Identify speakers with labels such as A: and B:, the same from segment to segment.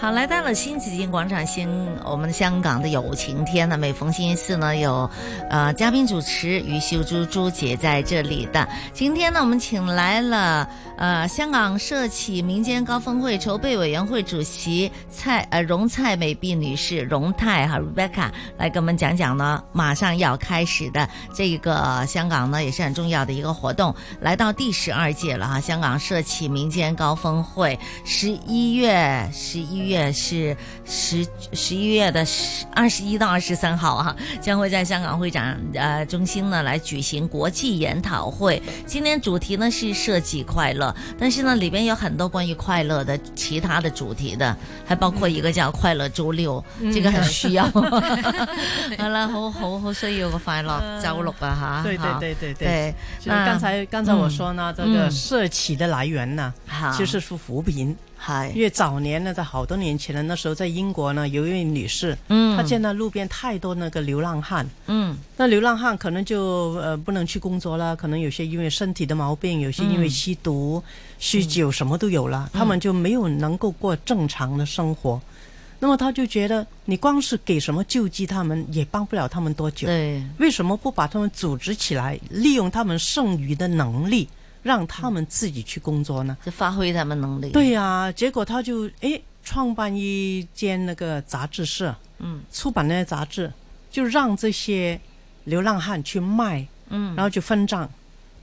A: 好，来到了新紫金广场，新我们香港的有晴天呢，每逢星期四呢有，呃，嘉宾主持于秀珠珠姐在这里的。今天呢，我们请来了呃香港社企民间高峰会筹备委员会主席蔡呃容蔡美碧女士，容泰哈 Rebecca 来跟我们讲讲呢，马上要开始的这个、呃香港呢也是很重要的一个活动，来到第十二届了哈，香港社企民间高峰会十一月，十一月是十十一月的十二十一到二十三号啊，将会在香港会展呃中心呢来举行国际研讨会。今天主题呢是设计快乐，但是呢里边有很多关于快乐的其他的主题的，还包括一个叫快乐周六，这个很需要。好啦，好好好需要个快乐周六啊吓。
B: 对对
A: 哈
B: 对对对。
A: 对，
B: 就是
A: 那
B: 刚才刚才我说呢，这个
A: 嗯啊
B: 社企的来源呢，
A: 好
B: 其实是扶贫。因
A: 系
B: 为早年呢，在好多年前呢，那时候在英国呢，有一位女士，
A: 嗯
B: 她见到路边太多那个流浪汉，
A: 嗯
B: 那流浪汉可能就呃不能去工作啦，可能有些因为身体的毛病，有些因为吸毒、
A: 嗯
B: 酗酒，什么都有了，他们就没有能够过正常的生
A: 嗯
B: 活。那么他就觉得，你光是给什么救济他们，也帮不了他们多久。
A: 对
B: 为什么不把他们组织起来，利用他们剩余的能力，让他们自己去工作呢？
A: 就发挥他们能力。
B: 对呀、结果他就诶创办一间那个杂志社，
A: 嗯，
B: 出版那些杂志，就让这些流浪汉去卖，
A: 嗯，
B: 然后就分账，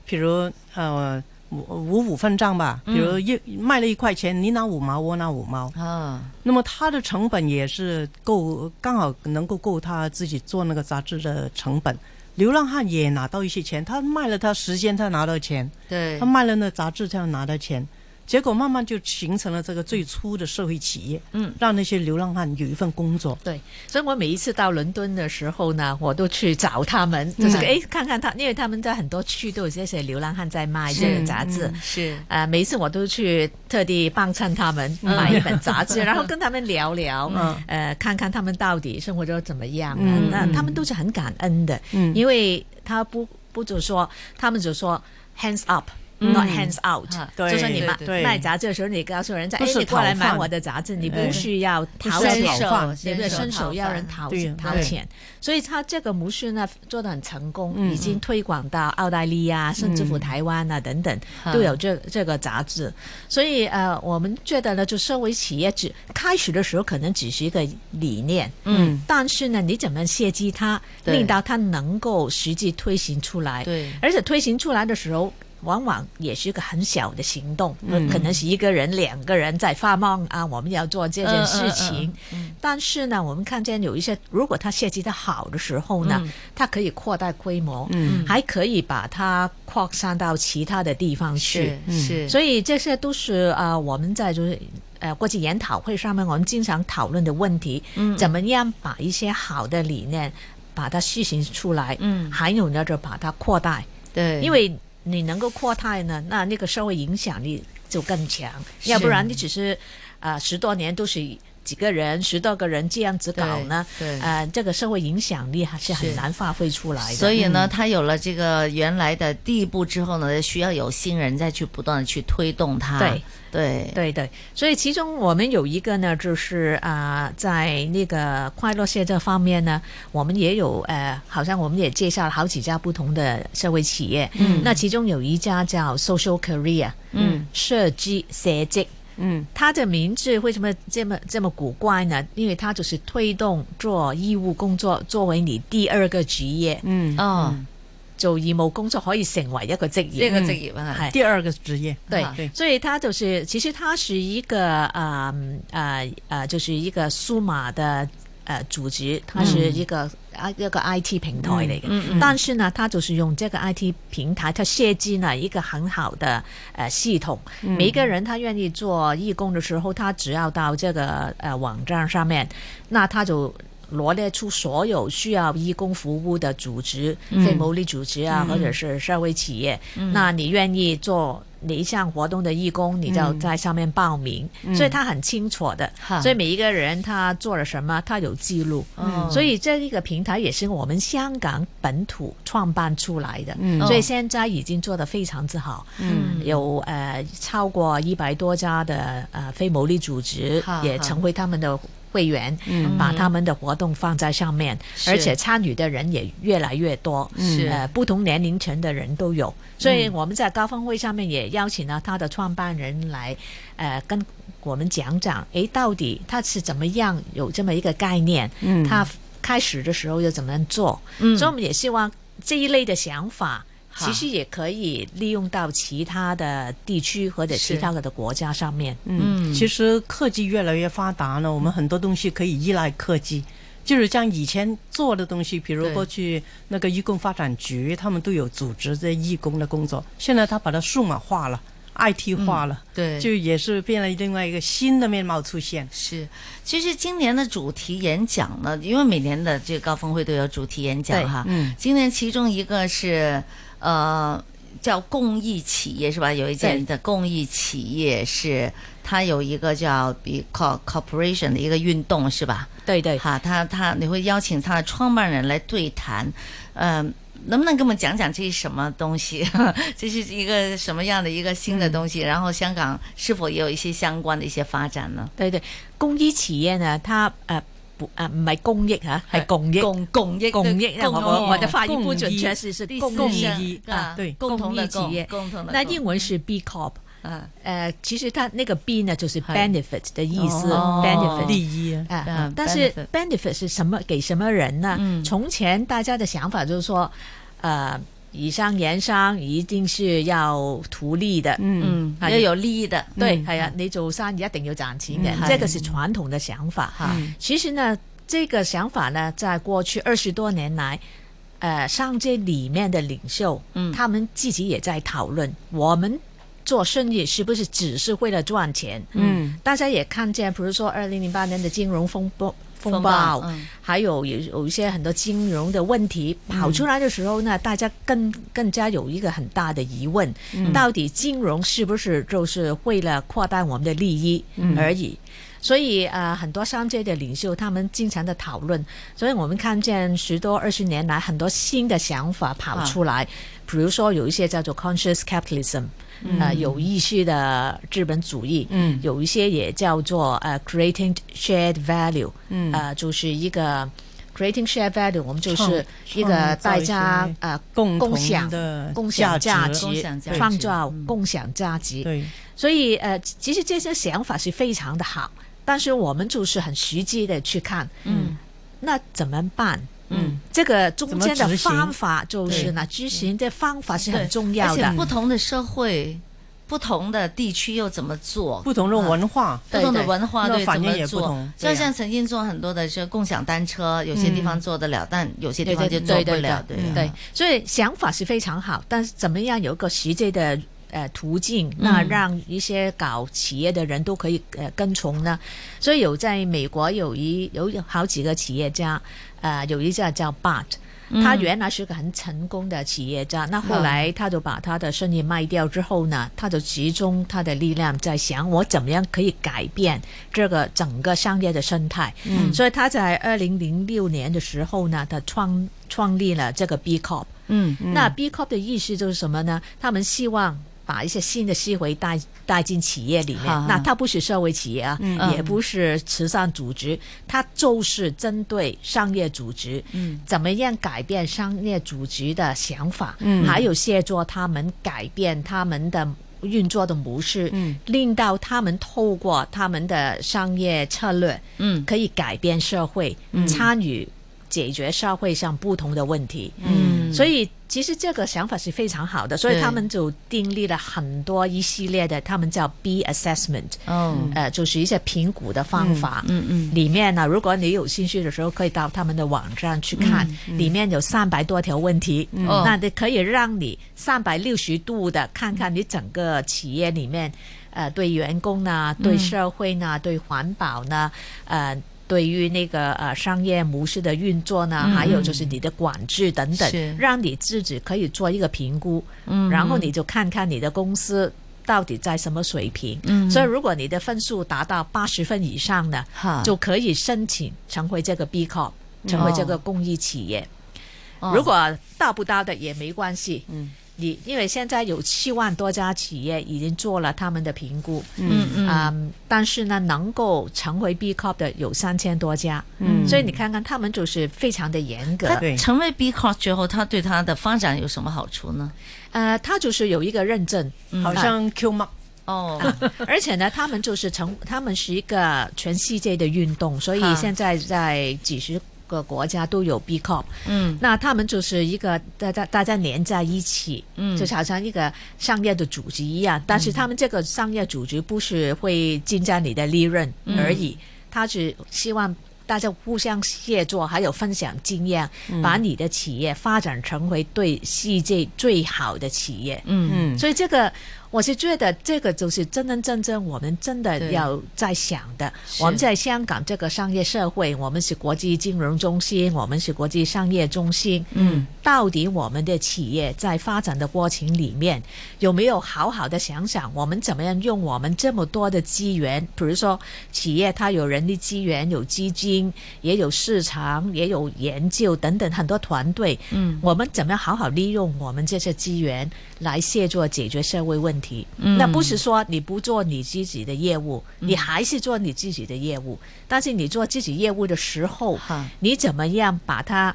B: 比如呃五五五分账吧，
A: 嗯
B: 比如一、卖了一块钱，你拿五毛，我拿五毛，
A: 啊，
B: 那么他的成本也是够，刚好能够够他自己做那个杂志的成本。流浪汉也拿到一些钱，他卖了他时间，他拿到钱；
A: 对
B: 他，卖了那杂志，他拿到钱。结果慢慢就形成了这个最初的社会企业，
A: 嗯，
B: 让那些流浪汉有一份工作。
C: 哦对，所以我每一次到伦敦的时候呢，我都去找他们，就是
A: 嗯
C: 诶，看看他，因为他们在很多区都有这些流浪汉在卖这个杂志。
A: 是
C: 呃，每一次我都去特地帮衬他们买一本杂 志，然后跟他们聊聊，
B: 嗯
C: 呃，看看他们到底生活中怎么样、啊。
B: 嗯
C: 那
B: 嗯
C: 他们都是很感恩的，
B: 嗯
C: 因为他不不就说，他们就说 hands up。Not hands out，、
A: 啊
B: 嗯对
C: 就是你卖
B: 对对
C: 卖杂志的时候，你告诉人家，
B: 不
C: 哎，
B: 是
C: 你过来
B: 讨饭
C: 买我的杂志，你不
B: 对
C: 需要讨
B: 不是
C: 钱
B: 讨，饭
C: 对不对？伸手要人
A: 讨
C: 掏
B: 对
C: 掏
B: 对
C: 钱，所以他这个模式呢做得很成功，
B: 嗯
C: 已经推广到澳大利亚，甚至乎台湾啊等等
B: 嗯
C: 都有这这个杂志。所以呃，我们觉得呢，就社会企业只开始的时候可能只是一个理念，
B: 嗯，
C: 但是呢，你怎么设计它，
A: 对
C: 令到它能够实际推行出来？
A: 对
C: 而且推行出来的时候，往往也是一个很小的行动，
B: 嗯
C: 可能是一个人、两个人在发梦啊，我们要做这件事情。但是呢，我们看见有一些，如果它设计的好的时候呢，它可以扩大规模，
B: 嗯
C: 还可以把它扩散到其他的地方去
A: 是。是，
C: 所以这些都是啊、呃我们在就是呃国际研讨会上面我们经常讨论的问题，嗯，怎么样把一些好的理念把它实行出来，
A: 嗯
C: 还有呢就把它扩大，
A: 对，
C: 因为你能够扩大呢，那那个社会影响力就更强，要不然你只是啊、呃十多年都是。几个人、十多个人这样子搞呢？
A: 对对
C: 呃，这个社会影响力还是很
A: 是
C: 难发挥出来的。
A: 所以呢，他有了这个原来的第一步之后呢，需要有新人再去不断的去推动它。
C: 对
A: 对
C: 对对，所以其中我们有一个呢，就是啊、呃在那个快乐社这方面呢，我们也有呃，好像我们也介绍了好几家不同的社会企业，嗯，那其中有一家叫 Social Career，嗯，社计社计。
B: 嗯，
C: 它的名字为什么这么这么古怪呢？因为它就是推动做义务工作作为你第二个职业，
B: 嗯
A: 哦，
C: 做義務工作可以成為一個職業。
A: 这个这一问啊，
C: 係
B: 第二个职业，
C: 对
A: 啊，
B: 对
C: 所以它就是其实它是一个啊啊啊，就是一个数码的呃组织，它是一个啊、一个 IT 平台嚟嘅。
A: 嗯嗯
C: 但是呢，它就是用这个 IT 平台，它设计了一个很好的呃系统。
A: 嗯
C: 每一个人他愿意做义工的时候，他只要到这个呃网站上面，那他就。呃罗列出所有需要义工服务的组织、非牟利组织啊，或者是社会企业，那你愿意做哪一项活动的义工，你就在上面报名，所以他很清楚的
A: 哈，
C: 所以每一个人他做了什么，他有记录，
A: 哦
C: 所以这一个平台也是我们香港本土创办出来的，
B: 嗯
C: 所以现在已经做得非常之好，
A: 嗯
C: 有呃超过一百多家的呃非牟利组织
A: 好
C: 也
A: 好
C: 成为他们的会员，
B: 嗯
C: 把他们的活动放在上面，
A: 是
C: 而且参与的人也越来越多，
A: 是
C: 呃不同年龄层的人都有，所
A: 嗯
C: 以我们在高峰会上面也邀请了他的创办人来，呃跟。我们讲讲，诶，到底他是怎么样有这么一个概念？
B: 嗯
C: 他开始的时候又怎么样做？
A: 嗯
C: 所以我们也希望这一类的想法，
A: 好
C: 其实也可以利用到其他的地区或者
A: 是
C: 其他的国家上面。
B: 嗯，其实科技越来越发达呢，我们很多东西可以依赖科技。就是像以前做的东西，比如
A: 对
B: 过去那个义工发展局，他们都有组织这义工的工作。现在他把它数码化了，IT 化了，
A: 嗯对，
B: 就也是变了另外一个新的面貌出现。
A: 是，其实今年的主题演讲呢，因为每年的这个高峰会都有主题演讲
C: 对
A: 哈，
B: 嗯，
A: 今年其中一个是呃叫共益企业是吧？有一件的共益企业是它有一个叫 B Co Corporation 的一个运动是吧？
C: 对对，
A: 哈，他他你会邀请他的创办人来对谈，嗯、能不能给我们讲讲这是什么东西？ 这是一个什么样的一个新
C: 嗯
A: 的东西？然后香港是否也有一些相关的一些发展呢？
C: 对對，公益企業呢，它誒不誒唔係公益嚇，係共益。
A: 呃共共益
C: 共益，啊我我我的
B: 發
C: 發音不準確，是是
A: 第
C: 共
A: 四
B: 益
A: 项
C: 啊
B: 对
A: 共同的
C: 共益企业
A: 共同的
C: 那
A: 共
C: 英文是 B Corp，
A: 啊
C: 呃，其实它那個 B 呢，就是 benefit 的意思
A: 哦
C: ，benefit
B: 利益啊，
C: 啊
A: 嗯，
C: 但是
A: benefit
C: benefit 是什么？给什么人呢？
A: 嗯
C: 从前大家的想法就是说，呃，以上言商一定是要图利的，
B: 嗯
A: 嗯，嗯要
C: 係
A: 有利益的，
C: 对，系啊，你做生意一定要赚钱嘅，这个是传统的想法。
A: 哈，
C: 其实呢，这个想法呢，在过去二十多年来，呃，商界里面的领袖，
A: 嗯
C: 他们自己也在讨论，我们做生意是不是只是为了赚钱？
B: 嗯
C: 大家也看见，比如说二零零八年的金融风波。风
A: 风
C: 暴
A: 暴，嗯
C: 还有有有一些很多金融的问题跑出来的时候呢，大家更更加有一个很大的疑问，
A: 嗯
C: 到底金融是不是就是为了扩大我们的利益
A: 嗯
C: 而已？所以呃，很多商界的领袖他们经常的讨论，所以我们看见十多二十年来很多新的想法跑出来，
A: 啊
C: 比如说有一些叫做 conscious capitalism，、呃，
A: 嗯
C: 有意识的资本主义，
B: 嗯
C: 有一些也叫做呃 creating shared value，
B: 嗯
A: 啊
C: 呃，就是一个 creating shared value，我们就
B: 创
C: 是一个
B: 创造
C: 大
B: 一
C: 家
B: 些
C: 呃
B: 共同
C: 共享
B: 的
C: 共享
B: 价
C: 价
B: 值嗯
C: 值，
A: 共享价值
C: 创造共享价值，
B: 对，
C: 所以呃，其实这些想法是非常的好，但是我们就是很实际的去看，
A: 嗯，
C: 那怎么办？
B: 嗯，
C: 这个中间
B: 怎么执
C: 的
B: 行
C: 方法就是呢，执行的方法是很重要
A: 而且
C: 的。
A: 不同的社会、不同的地区又怎么做？
B: 不同的文化，
A: 不
C: 对
A: 同的
C: 对
A: 文化
B: 那
A: 对
B: 反
A: 怎
B: 应
A: 么
B: 也不
A: 做
B: 同？
A: 就
B: 对呀啊
A: 像曾经做很多的是共享单车，有些地方做得了，但有些地方就做不了。
C: 嗯对
A: 呀
C: 对，所以想法是非常好，但是怎么样有一个实际的呃途径，那让一些搞企业的人都可以呃跟从呢？所以有在美国有一有好几个企业家，呃，有一家叫 Bart。他原来是个很成功的企业家，那后来他就把他的生意卖掉之后呢，他就集中他的力量在想我怎么样可以改变这个整个商业的生态。嗯，所以他在二零零六年的时候呢，他创创立了这个 B Corp。
A: 嗯，
C: 那 B Corp 的意思就是什么呢？他们希望把一些新的思维带带进企业里面
A: 好好。嗯
C: 那它不是社会企业啊，也不是慈善组织，它就是针对商业组织，
A: 嗯
C: 怎么样改变商业组织的想法，
B: 嗯
C: 还有协助他们改变他们的。运作的模式，
B: 嗯
C: 令到他们透过他们的商业策略，
A: 嗯
C: 可以改变社会，参与解决社会上不同的问题。
A: 嗯嗯
C: 所以其实这个想法是非常好的，所以
A: 对
C: 他们就订立了很多一系列的，他们叫 B assessment，
A: 哦，
C: 呃，就是一些评估的方法。
A: 嗯嗯
C: 里面呢，如果你有兴趣的时候，可以到他们的网站去看，
A: 嗯
C: 里面有三百多条问题，
A: 哦
C: 那你可以让你三百六十度的看看你整个企业里面，呃，对员工呢，
A: 嗯
C: 对社会呢，对环保呢，呃。对于那个呃商业模式的运作呢，还有就是你的管制等
A: 嗯是
C: 等，让你自己可以做一个评估，
A: 嗯
C: 然后你就看看你的公司到底在什么水平。
A: 嗯
C: 所以如果你的分数达到八十分以上呢，
A: 好，
C: 就可以申请成为这个 B Corp，成为这个公益企业。
A: 嗯哦
C: 如果到不到的也没关系。
B: 嗯
C: 你因为现在有七万多家企业已经做了他们的评估，
A: 嗯嗯
C: 啊、但是呢，能够成为 B Corp 的有三千多家，
B: 嗯
C: 所以你看看他们就是非常的严格。
A: 他
B: 对
A: 成为 B Corp 之后，他对他的发展有什么好处呢？
C: 呃，他就是有一个认证，
B: 好
A: 嗯
B: 像 Q Mark
A: 哦，
C: 而且呢，他们就是成，他们是一个全世界的运动，所
A: 哈
C: 以现在在几十个国家都有 B Corp。
A: 嗯
C: 那他们就是一个大家大家连在一起，
A: 嗯
C: 就是好像一个商业的组织一样。但是他们这个商业组织不是会增加你的利润
A: 嗯
C: 而已，他只希望。大家互相协作，还有分享经验，
A: 嗯
C: 把你的企业发展成为对世界最好的企业。
A: 嗯
B: 嗯，
C: 所以这个，我是觉得这个就是真真正正我们真的
A: 对
C: 要在想的。
A: 是
C: 我们在香港这个商业社会，我们是国际金融中心，我们是国际商业中心。嗯，到底我们的企业在发展的过程里面，有没有好好的想想，我们怎么样用我们这么多的资源？比如说，企业它有人力资源、有基金，也有市场，也有研究等等很多团队。
A: 嗯，
C: 我们怎么样好好利用我们这些资源来协助解决社会问题？
A: 嗯
C: 那不是说你不做你自己的业务，你还是做你自己的业务，但是你做自己业务的时候
A: 好，
C: 你怎么样把它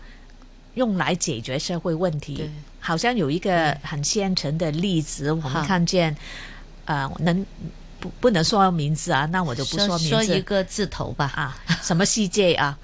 C: 用来解决社会问
A: 对
C: 题？好像有一个很现成的例子，我
A: 好
C: 们看见，呃，能不不能说名字啊？那我就不
A: 说
C: 名
A: 一
C: 字
A: 个字头吧。
C: 啊，什么世界啊？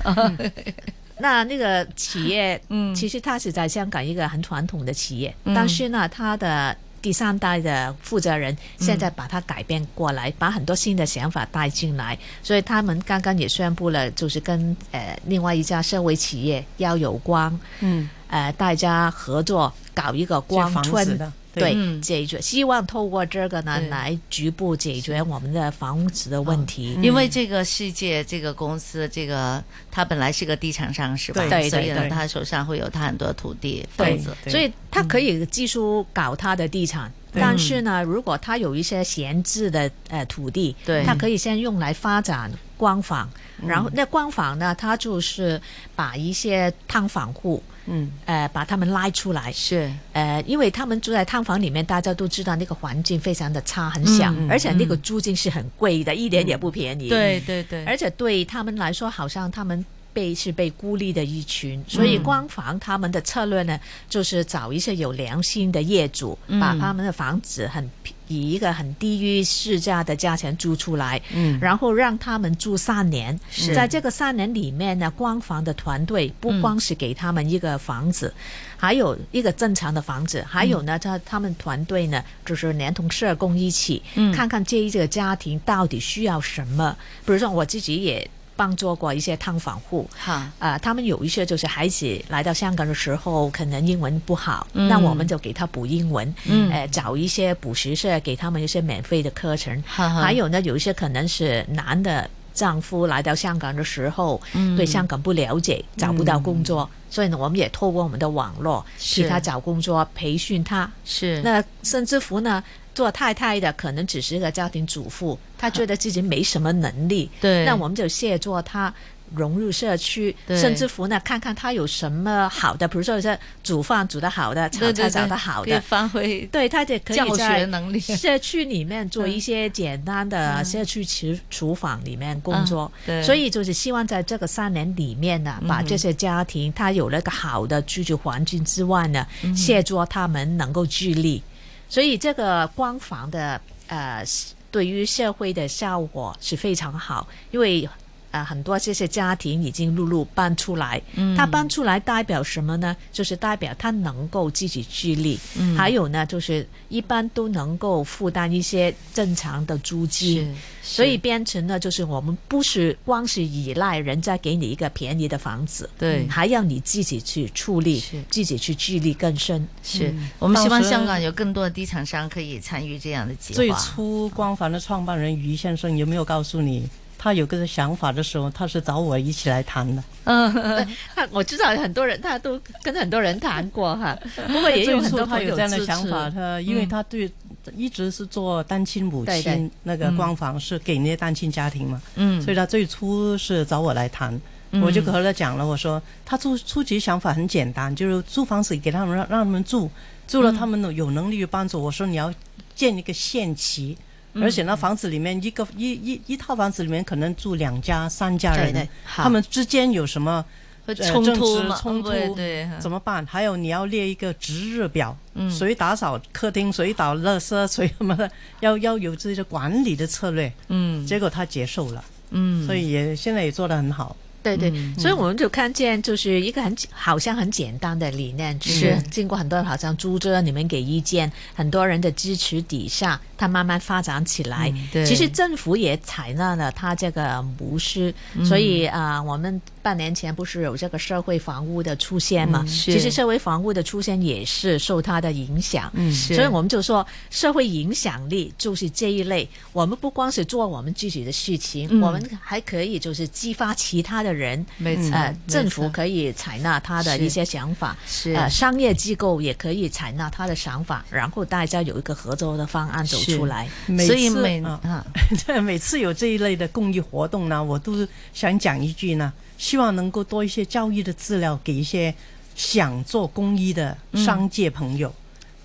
C: 那那个企业，
A: 嗯
C: 其实它是在香港一个很传统的企业，
A: 嗯
C: 但是呢，它的第三代的负责人现在把它改变过来，把很多新的想法带进来，所以他们刚刚也宣布了，就是跟呃另外一家社会企业要有光，
B: 嗯，
C: 呃大家合作搞一个
B: 这
C: 光
B: 房子
C: 村。
B: 的，
C: 对
A: 嗯，
C: 解决希望透过这个呢
A: 对
C: 来局部解决我们的房子的问题。
A: 因为这个世界，这个公司，这个他本来是个地产商，是吧？
B: 对
C: 对
A: 所以呢，
B: 对
A: 他手上会有他很多土地、房
C: 对嗯
A: 子。
B: 对嗯
C: 所以他可以技术搞他的地产，
B: 对
C: 但是呢，如果他有一些闲置的呃土地，
A: 对
C: 他可以先用来发展光房，
B: 嗯
C: 然后那光房呢，他就是把一些汤房户，
B: 嗯
C: 呃，把他们拉出来，
A: 是，
C: 呃，因为他们住在汤房里面，大家都知道那个环境非常的差，很小，
B: 嗯嗯
C: 而且那个租金是很贵的，一点也不便宜，
A: 对对对，
C: 而且对他们来说，好像他们被是被孤立的一群，所
A: 嗯
C: 以光房他们的策略呢，就是找一些有良心的业主，
A: 嗯
C: 把他们的房子很以一个很低于市价的价钱租出来，
B: 嗯
C: 然后让他们住三年。
A: 是
C: 在这个三年里面呢，光房的团队不
A: 嗯
C: 光是给他们一个房子，还有一个正常的房子，还有
A: 嗯
C: 呢，他他们团队呢，就是连同社工一起，
A: 嗯
C: 看看这一个家庭到底需要什么。比如说，我自己也帮助过一些烫房户，
A: 好，
C: 啊、他们有一些就是孩子来到香港的时候，可能英文不好，
A: 嗯
C: 那我们就给他补英文，
A: 嗯
C: 呃，找一些补习社给他们一些免费的课程。
A: 哈哈
C: 还有呢，有一些可能是男的丈夫来到香港的时候，
A: 嗯
C: 对香港不了解，找不到工作，所以呢，我们也透过我们的网络
A: 是
C: 替他找工作，培训他。
A: 是
C: 那甚至乎呢，做太太的可能只是一个家庭主妇，她觉得自己没什么能力，
A: 对
C: 那我们就协助她融入社区，
A: 对
C: 甚至乎呢，看看她有什么好的，比如说有些煮饭煮得好的，炒
A: 对
C: 菜
A: 对
C: 炒
A: 对
C: 得好
A: 可以
C: 的。
A: 发挥
C: 对，她就可以
A: 教学
C: 在
A: 能力
C: 社区里面做一些简单的社区厨厨房里面工作
A: 嗯，对
C: 所以就是希望在这个三年里面呢，把这些家庭他有了个好的居住环境之外呢，协助他们能够自立。所以这个光房的呃，对于社会的效果是非常好，因为呃很多这些家庭已经陆路搬出来。嗯，他搬出来代表什么呢？就是代表他能够自己自立，嗯、还有呢，就是一般都能够负担一些正常的租金。所以变成呢，就是我们不是光是依赖人家给你一个便宜的房子，嗯
A: 对
C: 还要你自己去处理
A: 是，
C: 自己去自力更生。
A: 是
C: 嗯
A: 我们希望
B: 到时候
A: 香港有更多的地产商可以参与这样的计划。
B: 最 初光环的创办人于先生有没有告诉你，他有个想法的时候，他是找我一起来谈的。
C: 嗯，我知道很多人，他都跟很多人谈 过哈，不过也有很
B: 最
C: 多
B: 初他
C: 朋
B: 有
C: 友
B: 这样的
C: 支
B: 想
C: 持嗯
B: 法，他因为他对一直是做单亲母
C: 对对嗯
B: 亲那个光房是给那些单亲家庭嘛，
A: 嗯
B: 所以他最初是找我来谈。
C: 嗯
B: 我就和他讲了，我说他初初级想法很简单，就是租房子给他们让让他们住，住
C: 嗯
B: 了他们有能力就搬走。我说你要建一个限期，
C: 嗯
B: 而且那房子里面一个一一一套房子里面可能住两家三家
A: 对
B: 人，
A: 对好
B: 他们之间有什么
A: 会
B: 呃
A: 冲
B: 政
A: 突
B: 治
A: 嘛？哦
B: 冲突
A: 对对，嗯哈
B: 怎么办？还有你要列一个值日表，谁打扫客厅，谁打垃圾，谁什么的， 要要有这些管理的策略。
A: 嗯
B: 结果他接受了，
A: 嗯，
B: 所以也现在也做得很好。
C: 对对，所以我们就看见就是一个很好像很简单的理念，只是经过很多人好像租着你们给意见，很多人的支持底下，它慢慢发展起来。
A: 嗯对
C: 其实政府也采纳了他这个模式，
A: 嗯
C: 所以啊、呃我们半年前不是有这个社会房屋的出现嘛？
A: 嗯是
C: 其实社会房屋的出现也是受它的影响。嗯，
A: 是
C: 所以我们就说，社会影响力就是这一类。我们不光是做我们自己的事情，我们还可以就是激发其他的
A: 嗯
C: 人。
A: 没错
C: 呃，
A: 没
C: 政
A: 错
C: 府可以采纳他的
A: 是
C: 一些想法，
A: 是
C: 呃，商业机构也可以采纳他的想法，然后大家有一个合作的方案走
A: 是
C: 出来。
B: 每
A: 所以
B: 次
A: 每
B: 啊
A: 啊，
C: 嗯
B: 对，每次有这一类的公益活动呢，我都想讲一句呢，希望能够多一些教育的资料给一些想做公益的
A: 嗯
B: 商界朋友，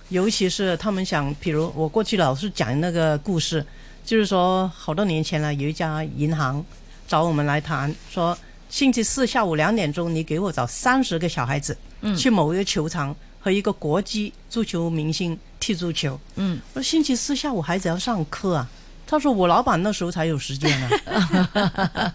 B: 尤其是他们想，比如我过去老是讲那个故事，就是说好多年前了，有一家银行找我们来谈，说星期四下午两点钟，你给我找三十个小孩子，
A: 嗯
B: 去某一个球场和一个国际足球明星踢足球。
A: 嗯，
B: 我说星期四下午孩子要上课啊。他说：“我老板那时候才有时间呢、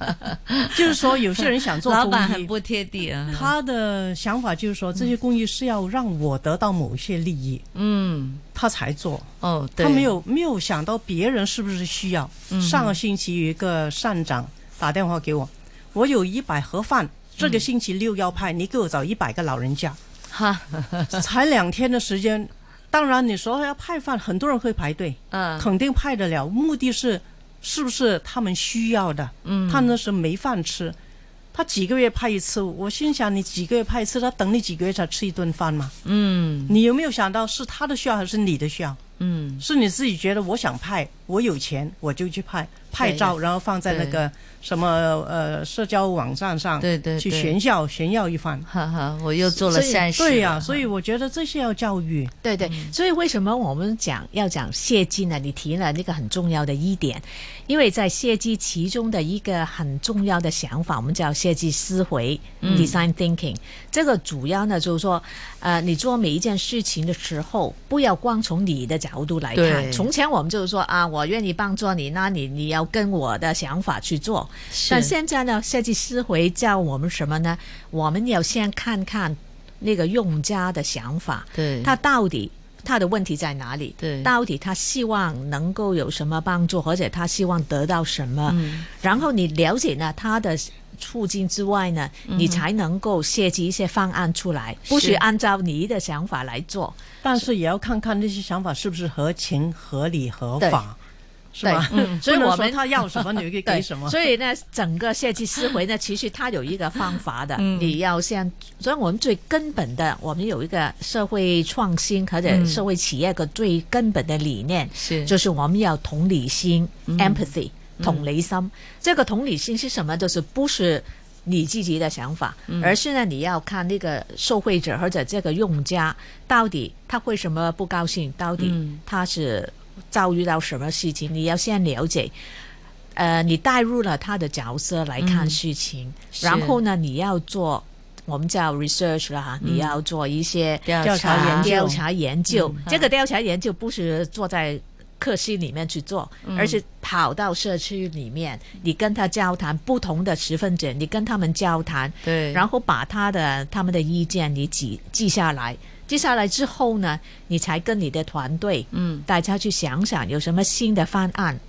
B: 就是说有些人想做
A: 老
B: 公
A: 板
B: 益
A: 很不贴地啊，
B: 他的想法就是说这些公益是要让我得到某些利益，
A: 嗯，
B: 他才做。
A: 哦，对，嗯
B: 他没有没有想到别人是不是需要。上个星期有一个善长打电话给我，我有一百盒饭，
A: 嗯
B: 这个星期六要派，你给我找一百个老人家，
A: 哈，
B: 才两天的时间。当然你说要派饭，很多人会排队，
A: 嗯，
B: 肯定派得了。目的是是不是他们需要的？嗯，他那时没饭吃，他几个月派一次。我心想，你几个月派一次，他等你几个月才吃一顿饭嘛？
A: 嗯
B: 你有没有想到是他的需要还是你的需要？
A: 嗯，
B: 是你自己觉得我想派，我有钱我就去派派照，然后放在那个什么呃社交网站上，
A: 对对
B: 去
A: 对
B: 炫耀炫耀一番。
A: 哈哈，我又做了
C: 所以啊
A: 善事了，
B: 对呀、所以我觉得这些要教育。
C: 对对，
A: 嗯
C: 所以为什么我们讲要讲谢基呢？你提了那个很重要的一点，因为在谢基其中的一个很重要的想法，我们叫谢基思维、（design
A: 嗯
C: thinking）。这个主要呢就是说，呃，你做每一件事情的时候，不要光从你的角度来
A: 对
C: 看。从前我们就是说啊，我愿意帮助你，那你你要跟我的想法去做。
A: 是
C: 但现在呢，设计师回教我们什么呢？我们要先看看那个用家的想法，
A: 对
C: 他到底他的问题在哪里？
A: 对
C: 到底他希望能够有什么帮助，或者他希望得到什么？
A: 嗯
C: 然后你了解呢他的。促进之外呢，你才能够设计一些方案出来，不
A: 嗯是
C: 许按照你的想法来做。
B: 但是也要看看这些想法是不是合情、合理、合法，是吧？
C: 对嗯所以
B: 不能
C: 我们
B: 说他要什么你就
C: 对，
B: 给什么。
C: 所以呢，整个设计思 维呢，其实它有一个方法的，
A: 嗯
C: 你要先，所以我们最根本的，我们有一个社会创新或
A: 嗯
C: 者社会企业的最根本的理念，
A: 是
C: 就是我们要同理心、（empathy）、同理心。这个同理心是什么？就是不是。你自己的想法，而是呢，你要看那个受惠者或者这个用家到底他为什么不高兴，到底他是遭遇到什么事情，你要先了解。呃，你带入了他的角色来看事情，然后呢，你要做我们叫 research 啦，哈，你要做一些
A: 调
B: 查
A: 查嗯
B: 研究
C: 调查研究。这个调查研究不是坐在客区里面去做，
A: 嗯
C: 而是跑到社区里面，你跟他交谈不同的持份者，你跟他们交谈，
A: 对，
C: 然后把他的他们的意见你记记下来，记下来之后呢，你才跟你的团队，
A: 嗯，
C: 大家去想想有什么新的方案。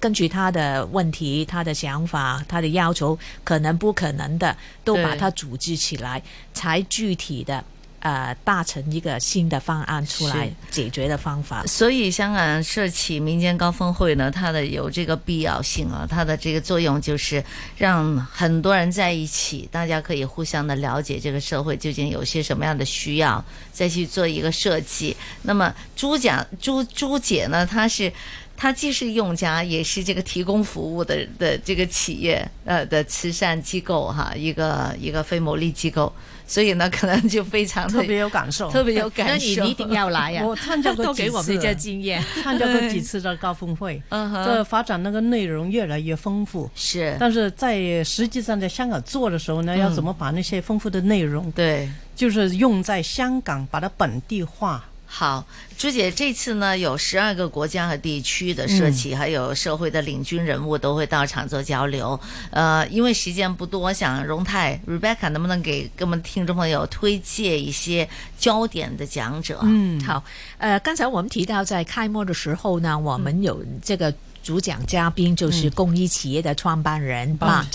C: 根据他的问题、他的想法、他的要求，可能不可能的，都把
A: 对
C: 它组织起来，才具体的呃搭成一个新的方案出来
A: 是，
C: 解决的方法。
A: 所以香港社企民间高峰会呢，它的有这个必要性啊，它的这个作用就是让很多人在一起，大家可以互相的了解这个社会究竟有些什么样的需要，再去做一个设计。那么朱甲朱朱姐呢，她是。她既是用家，也是这个提供服务的的这个企业，呃的慈善机构哈，一个一个非牟利机构，所以呢，可能就非常的
B: 特别有感受。
A: 特别有感
C: 那
A: 受。
C: 你你一定要来 啊呀、
B: 我参加过
C: 都
B: 几
C: 给我们
B: 次
C: 一，些经验。
B: 参加过几次的高峰会，
A: 嗯哼
B: 这发展那个内容越来越丰富。
A: 是，
B: 但是在实际上在香港做的时候呢，要怎么把那些丰富的内容，
A: 对。
B: 就是用在香港，把它本地 化。
A: 好，朱姐，这次呢有十二个国家和地区的社企，还有社会的领军人物都会到场做交流。呃，因为时间不多，我想荣泰 Rebecca 能不能给给我们听众朋友推荐一些焦点的讲者？
B: 嗯，
C: 好，呃，刚才我们提到在开幕的时候呢，我
A: 嗯
C: 们有这个主讲嘉宾就是公益企业的创办
A: 嗯
C: 人 Bart，、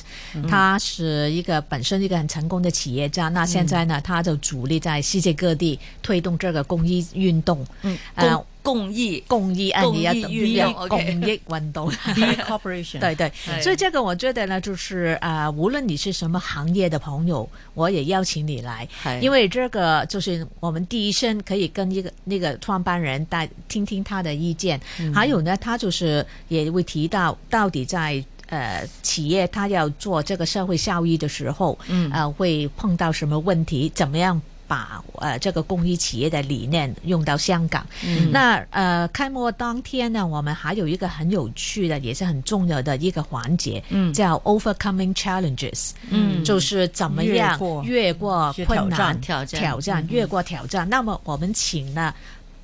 C: 他是一个本身一个很成功的企业家，那
A: 嗯
C: 现在呢，他就主力在世界各地推动这个公益运动，
A: 嗯，
C: 呃
A: 共共益，
C: 公益啊，
A: 公
C: 你要
A: 益
C: 懂
A: 运
C: 要
A: 动，OK
C: 公益 运动。
B: B Corporation，
C: 对对
A: 对，
C: 所以这个我觉得呢，就是呃，无论你是什么行业的朋友，我也邀请你来，因
A: 为
C: 为这个就是我们第一声可以跟一个那个创办人带听听他的意见，嗯还有呢，他就是也会提到到底在。呃，企业他要做这个社会效益的时候，
A: 嗯
C: 呃，会碰到什么问题？怎么样把呃这个公益企业的理念用到香港？
A: 嗯
C: 那呃，开幕当天呢，我们还有一个很有趣的，也是很重要的一个环节，
A: 嗯
C: 叫 overcoming challenges。
A: 嗯
C: 就是怎么样
B: 越过
C: 越过
B: 一些
C: 困
B: 挑
C: 难、
B: 战
A: 挑战嗯
C: 挑战越过挑战。那么我们请了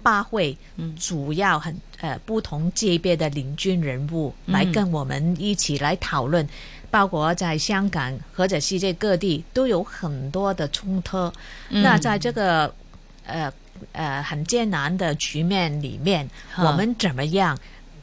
C: 八位
A: 嗯
C: 主要很呃不同界别的领军人物来
A: 嗯
C: 跟我们一起来讨论。包括在香港或者世界各地都有很多的冲突，
A: 嗯
C: 那在这个呃呃很艰难的局面里面，
A: 哈
C: 我们怎么样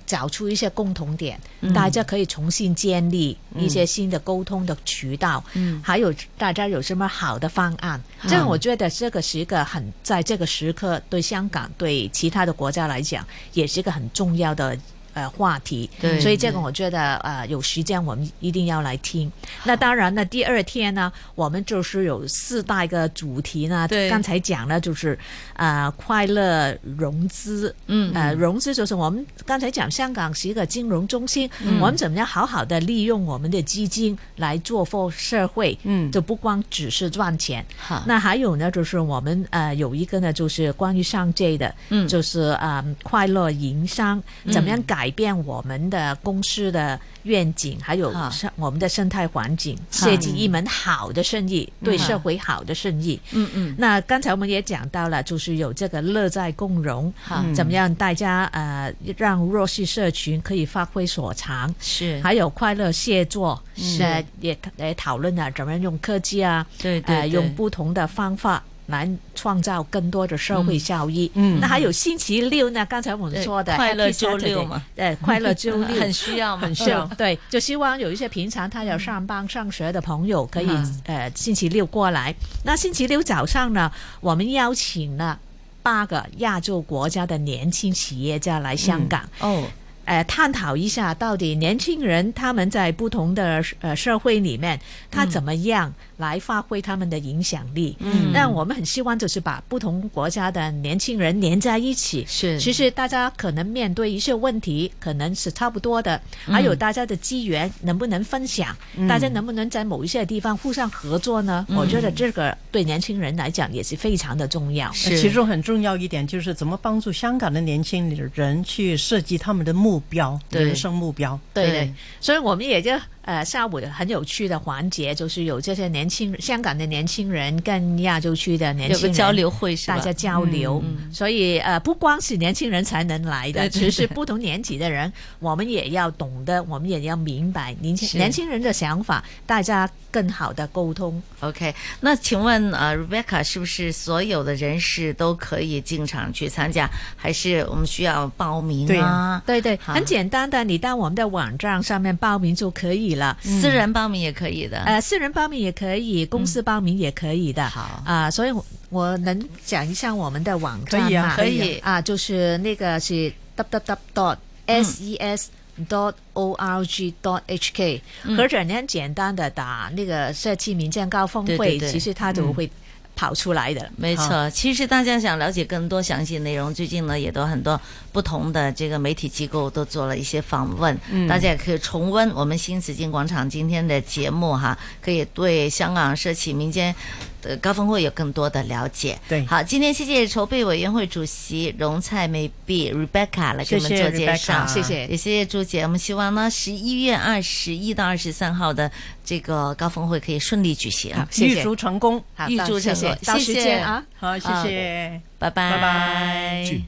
C: 找出一些共同点，
A: 嗯
C: 大家可以重新建立一些新的沟通的渠道，
A: 嗯
C: 还有大家有什么好的方案？这样我觉得这个是一个很在这个时刻对香港对其他的国家来讲，也是一个很重要的。呃，话题，
A: 对
C: 所以这个我觉得，呃，有时间我们一定要来听。那当然呢，第二天呢，我们就是有四大一个主题呢，
A: 对
C: 刚才讲了就是，呃，快乐融资，
A: 嗯
C: 呃，融资就是我们刚才讲香港是一个金融中心，
A: 嗯
C: 我们怎么样好好的利用我们的基金来做 for 社会，
B: 嗯
C: 就不光只是赚钱。
A: 好，
C: 那还有呢，就是我们呃有一个呢，就是关于上届的，
A: 嗯
C: 就是呃快乐营商怎么样改变我们的公司的愿景，还有
A: 好
C: 生我们的生态环境，
A: 好
C: 设计一门好的生意，对社会好的生意。
A: 嗯嗯
C: 那刚才我们也讲到了，就是有这个乐在共融，
A: 好
C: 怎么样大家呃让弱势社群可以发挥所长，
A: 是，
C: 还有快乐协作，
A: 是
C: 呃也也讨论了怎么样用科技啊，
A: 对
C: 呃
A: 对，
C: 用不同的方法。来创造更多的社会效益。
B: 嗯嗯
C: 那还有星期六呢？刚才我们说的
A: 对快乐
C: Happy
A: 周六
C: Saturday，
A: 嘛
C: 呃，快乐周
A: 对
C: 六
A: 很需要嘛，
B: 很需
C: 是
B: 要
C: 对，就希望有一些平常他要上班上学的朋友，可以、
A: 嗯
C: 呃星期六过来。那星期六早上呢，我们邀请了八个亚洲国家的年轻企业家来香港，
A: 哦，
C: 呃，探讨一下到底年轻人他们在不同的呃社会里面，他怎么样来发挥他们的影响力。
A: 嗯
C: 那我们很希望就是把不同国家的年轻人连在一起，
A: 是
C: 其实大家可能面对一些问题，可能是差不多的，
A: 嗯
C: 还有大家的资源能不能分享，大家能不能在某一些地方互相合作呢？
A: 嗯
C: 我觉得这个对年轻人来讲也是非常的重
B: 呃
C: 要。
A: 是
B: 其中很重要一点就是怎么帮助香港的年轻人去设计他们的目目标，
A: 对
B: 人生目标。
C: 对
A: 对
C: 对，所以我们也就呃下午有很有趣的环节，就是有这些年轻香港的年轻人跟亚洲区的年
A: 有
C: 轻
A: 个
C: 人
A: 交。流会是吧？嗯
C: 大家交流，所以呃，不光是年轻人才能来的，
A: 对对
C: 其实不同年纪的人，我们也要懂得，我们也要明白年
A: 是
C: 轻年轻人的想法，大家更好的沟通。
A: OK，那请问呃，Rebecca 是不是所有的人士都可以进场去参加，还是我们需要报名
B: 对
A: 啊
B: 啊？
C: 对对，
A: 好
C: 很简单的，你到我们的网站上面报名就可以了。
A: 私人报名也可以的。
C: 呃，私人报名也可以，公司报名也可以的。
A: 嗯好
C: 啊、所以我我能讲一下我们的网站吗？
B: 可以啊
A: 可以嗯
C: 啊、就是那个是 www dot ses dot org dot hk，、或
A: 嗯
C: 者你很简单的打那个社区民间高峰会，
A: 对对对嗯
C: 其实它就会跑出来的。
A: 没错，其实大家想了解更多详细内容，最近呢也都很多不同的这个媒体机构都做了一些访问，
C: 嗯
A: 大家也可以重温我们新紫金广场今天的节目哈，可以对香港社企民间的高峰会有更多的了解。
B: 对
A: 好，今天谢谢筹备委员会主席容蔡美碧 Rebecca 来给我们
B: 谢谢
A: 做介绍，
B: Rebecca
C: 谢谢
A: 也谢谢朱姐。我们希望呢，十一月二十一到二十三号的这个高峰会可以顺利举行。
C: 好，谢谢
B: 预，祝成功。
C: 好，
A: 预
C: 到
A: 祝
C: 谢
A: 成
C: 谢
A: 功，
C: 到
A: 谢
C: 时
A: 谢
C: 间啊。
B: 好，谢
A: 啊
B: 谢。
A: 拜拜，
B: 拜拜
D: 去